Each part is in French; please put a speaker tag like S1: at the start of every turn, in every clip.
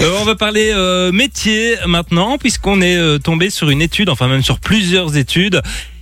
S1: Euh, on va parler euh, métier maintenant, puisqu'on est euh, tombé sur une étude, enfin même sur plusieurs études.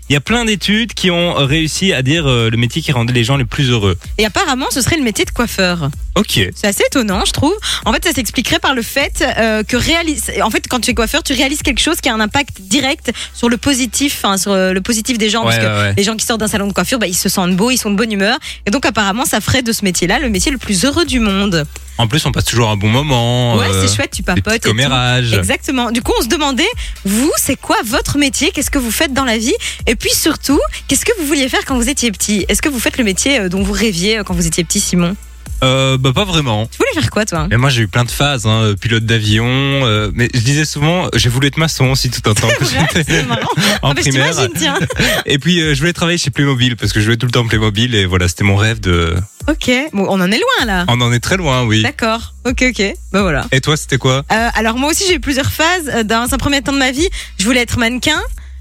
S1: Il y a plein d'études qui ont réussi à dire euh, le métier qui rendait les gens les plus heureux.
S2: Et apparemment, ce serait le métier de coiffeur.
S1: Ok.
S2: C'est assez étonnant, je trouve. En fait, ça s'expliquerait par le fait euh, que réalise. En fait, quand tu es coiffeur, tu réalises quelque chose qui a un impact direct sur le positif, hein, sur euh, le positif des gens.
S1: Ouais,
S2: parce que
S1: ouais, ouais.
S2: les gens qui sortent d'un salon de coiffure, bah, ils se sentent beaux, ils sont de bonne humeur. Et donc, apparemment, ça ferait de ce métier-là le métier le plus heureux du monde.
S1: En plus, on passe toujours un bon moment.
S2: ouais,
S1: euh,
S2: c'est chouette, tu
S1: Des
S2: papotes. et
S1: petits
S2: tout.
S1: commérages.
S2: Exactement. Du coup, on se demandait, vous, c'est quoi votre métier Qu'est-ce que vous faites dans la vie Et puis surtout, qu'est-ce que vous vouliez faire quand vous étiez petit Est-ce que vous faites le métier euh, dont vous rêviez euh, quand vous étiez petit, Simon
S1: Euh, bah, pas vraiment.
S2: Tu voulais faire quoi, toi
S1: Mais moi, j'ai eu plein de phases, hein, euh, pilote d'avion. euh, mais je disais souvent, j'ai voulu être maçon aussi tout un temps. que
S2: Ouais,
S1: j'étais
S2: c'est marrant.
S1: en
S2: Ah, bah, je
S1: primaire.
S2: t'imagine, tiens.
S1: Et puis, euh, je voulais travailler chez Playmobil parce que je jouais tout le temps Playmobil et voilà, c'était mon rêve de.
S2: Ok, bon, on en est loin là.
S1: On en est très loin, oui.
S2: D'accord, ok, ok, ben voilà.
S1: Et toi, c'était quoi
S2: Euh, alors moi aussi j'ai eu plusieurs phases. Euh, Dans un premier temps de ma vie, je voulais être mannequin.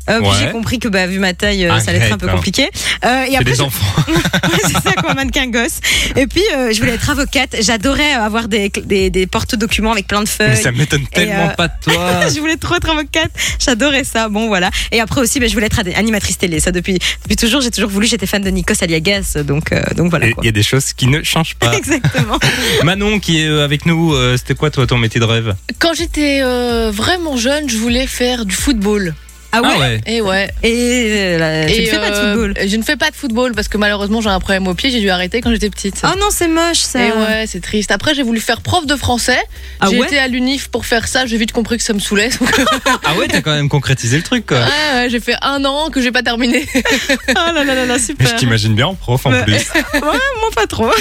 S2: Euh, puis
S1: Ouais.
S2: J'ai compris que bah, vu ma taille, euh, ça allait
S1: Arrête,
S2: être un peu
S1: hein.
S2: compliqué. Euh, et
S1: C'est
S2: après,
S1: des
S2: je-
S1: enfants.
S2: Ouais, c'est ça quoi, mannequin gosse. Et puis euh, je voulais être avocate. J'adorais euh, avoir des, des, des porte-documents avec plein de
S1: Mais
S2: feuilles.
S1: ça m'étonne tellement
S2: euh,
S1: pas de toi.
S2: je voulais trop être avocate. J'adorais ça. Bon voilà. Et après aussi, ben, je voulais être ad- animatrice télé. Ça depuis, depuis toujours, j'ai toujours voulu. J'étais fan de Nikos Aliagas. Donc, euh, donc voilà
S1: Et
S2: quoi.
S1: Il y Ah, a des choses qui ne changent pas.
S2: Exactement.
S1: Manon qui est euh, avec nous, euh, c'était quoi toi ton métier de rêve
S3: Quand j'étais euh, vraiment jeune, je voulais faire du football.
S2: Ah ouais.
S3: Et ouais.
S2: Et euh, là, tu
S3: Et,
S2: ne fais pas de
S3: euh,
S2: football.
S3: Je ne fais pas de football parce que malheureusement j'ai un problème au pied, j'ai dû arrêter quand j'étais petite.
S2: Oh non, c'est moche ça.
S3: Et ouais, c'est triste. Après, j'ai voulu faire prof de français.
S2: Ah
S3: j'ai
S2: ouais
S3: été à l'UNIF pour faire ça. J'ai vite compris que ça me saoulait. Donc,
S1: Ah ouais, t'as quand même concrétisé le truc quoi.
S3: ouais, ouais, j'ai fait un an que j'ai pas terminé.
S2: Oh
S3: Ah
S2: là là là là,
S1: Mais
S2: super.
S1: je t'imagine bien en prof en
S2: Ouais.
S1: plus.
S2: Moi pas trop.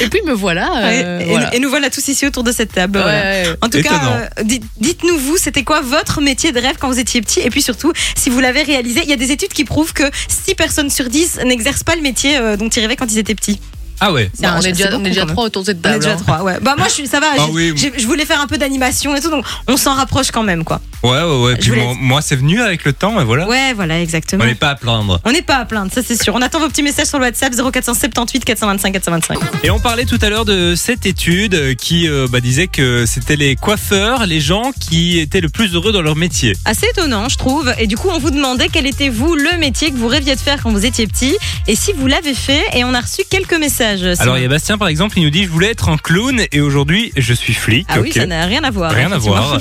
S3: Et puis me voilà. euh,
S2: et,
S3: voilà.
S2: et nous voilà tous ici autour de cette table.
S3: Ouais,
S2: voilà.
S3: ouais.
S2: En tout
S1: Étonnant.
S2: cas, euh, dites- dites-nous vous, c'était quoi votre métier de rêve quand vous étiez petit Et puis surtout, si vous l'avez réalisé, il y a des études qui prouvent que 6 personnes sur 10 n'exercent pas le métier euh, dont ils rêvaient quand ils étaient petits.
S1: Ah ouais.
S3: Bah,
S2: un-
S3: on
S2: c'est
S3: est déjà,
S2: beaucoup,
S3: on est déjà
S2: quand même.
S3: trois autour de cette
S2: On
S3: table.
S2: est déjà
S3: hein.
S2: trois, ouais. Bah moi, je, suis- ça va,
S1: Ah
S2: j'ai-
S1: oui.
S2: j'ai- je voulais faire un peu d'animation et tout, donc on s'en rapproche quand même, quoi.
S1: Ouais ouais ouais.
S2: Je
S1: Puis
S2: voulais-
S1: moi, moi, c'est venu avec le temps et voilà.
S2: Ouais, voilà, exactement.
S1: On n'est pas à plaindre.
S2: On n'est pas à plaindre, ça c'est sûr. On attend vos petits messages sur le WhatsApp 0478 425 425.
S1: Et on parlait tout à l'heure de cette étude euh, qui euh, bah, disait que c'était les coiffeurs, les gens qui étaient le plus heureux dans leur métier.
S2: Assez étonnant, je trouve. Et du coup, on vous demandait quel était vous le métier que vous rêviez de faire quand vous étiez petit et si vous l'avez fait. Et on a reçu quelques messages. Simon.
S1: Alors il y a Bastien par exemple, il nous dit je voulais être un clown et aujourd'hui je suis flic.
S2: ah oui,
S1: Ok.
S2: ça n'a rien à voir.
S1: Rien à
S2: effectivement.
S1: voir.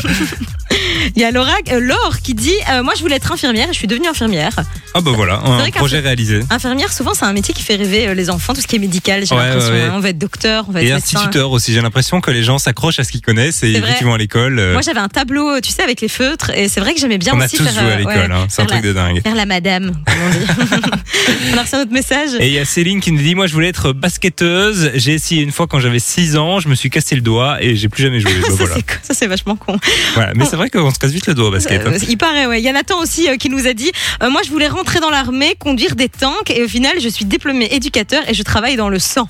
S2: Il y a Laura, euh, Laure qui dit euh, Moi, je voulais être infirmière et je suis devenue infirmière.
S1: Ah bah voilà,
S2: vrai
S1: un
S2: qu'un
S1: projet réalisé.
S2: Infirmière, souvent, c'est un métier qui fait rêver euh, les enfants, tout ce qui est médical, j'ai
S1: Ouais,
S2: l'impression.
S1: ouais, ouais.
S2: hein. On va être docteur, on va
S1: Et
S2: être médecin.
S1: instituteur aussi, j'ai l'impression que les gens s'accrochent à ce qu'ils connaissent et
S2: C'est vrai.
S1: effectivement à l'école, euh,
S2: Moi, j'avais un tableau, tu sais, avec les feutres. Et c'est vrai que j'aimais bien
S1: on a
S2: aussi
S1: tous
S2: faire,
S1: joué à
S2: euh,
S1: l'école,
S2: ouais,
S1: hein. c'est un
S2: faire
S1: truc de dingue.
S2: faire la madame, comme on dit. on a reçu un autre message.
S1: Et il y a Céline qui nous dit Moi, je voulais être basketteuse. J'ai essayé une fois quand j'avais 6 ans, je me suis cassé le doigt et j'ai plus jamais joué. Bah,
S2: ça,
S1: voilà.
S2: c'est co- ça, c'est vachement con.
S1: Voilà. Mais c'est vrai qu'on se casse vite le doigt au basket. hein.
S2: Euh, il paraît, ouais. Il y a Nathan aussi euh, qui nous a dit euh, Moi, je voulais rentrer dans l'armée, conduire des tanks, et au final, je suis diplômé éducateur et je travaille dans le sang.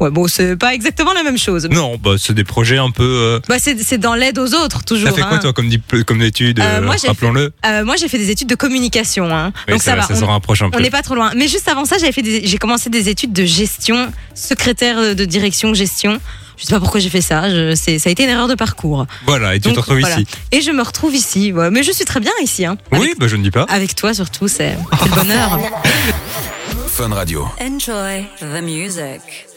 S2: Ouais, bon, c'est pas exactement la même chose.
S1: Non, bah, c'est des projets un peu. euh,
S2: Bah, c'est c'est dans l'aide aux autres, toujours.
S1: T'as fait quoi
S2: hein.
S1: toi comme, dip- comme étude
S2: Euh,
S1: euh,
S2: moi, j'ai
S1: Rappelons-le.
S2: Euh, moi, j'ai fait des études de communication. hein.
S1: Oui,
S2: Donc,
S1: c'est
S2: ça,
S1: vrai,
S2: va.
S1: ça s'en
S2: on-
S1: rapproche un
S2: on
S1: peu.
S2: n'est pas trop loin. Mais juste avant ça, j'avais fait des- j'ai commencé des études de gestion, secrétaire de direction, gestion. Je sais pas pourquoi j'ai fait ça. Je, c'est- ça a été une erreur de parcours.
S1: Voilà, et tu te
S2: Donc,
S1: retrouves
S2: voilà.
S1: ici.
S2: Et je me retrouve ici. ouais. Mais je suis très bien ici. hein.
S1: Oui, bah, je ne dis pas.
S2: Avec toi surtout, c'est c'est le bonheur.
S4: Fun Radio.
S5: Enjoy the music.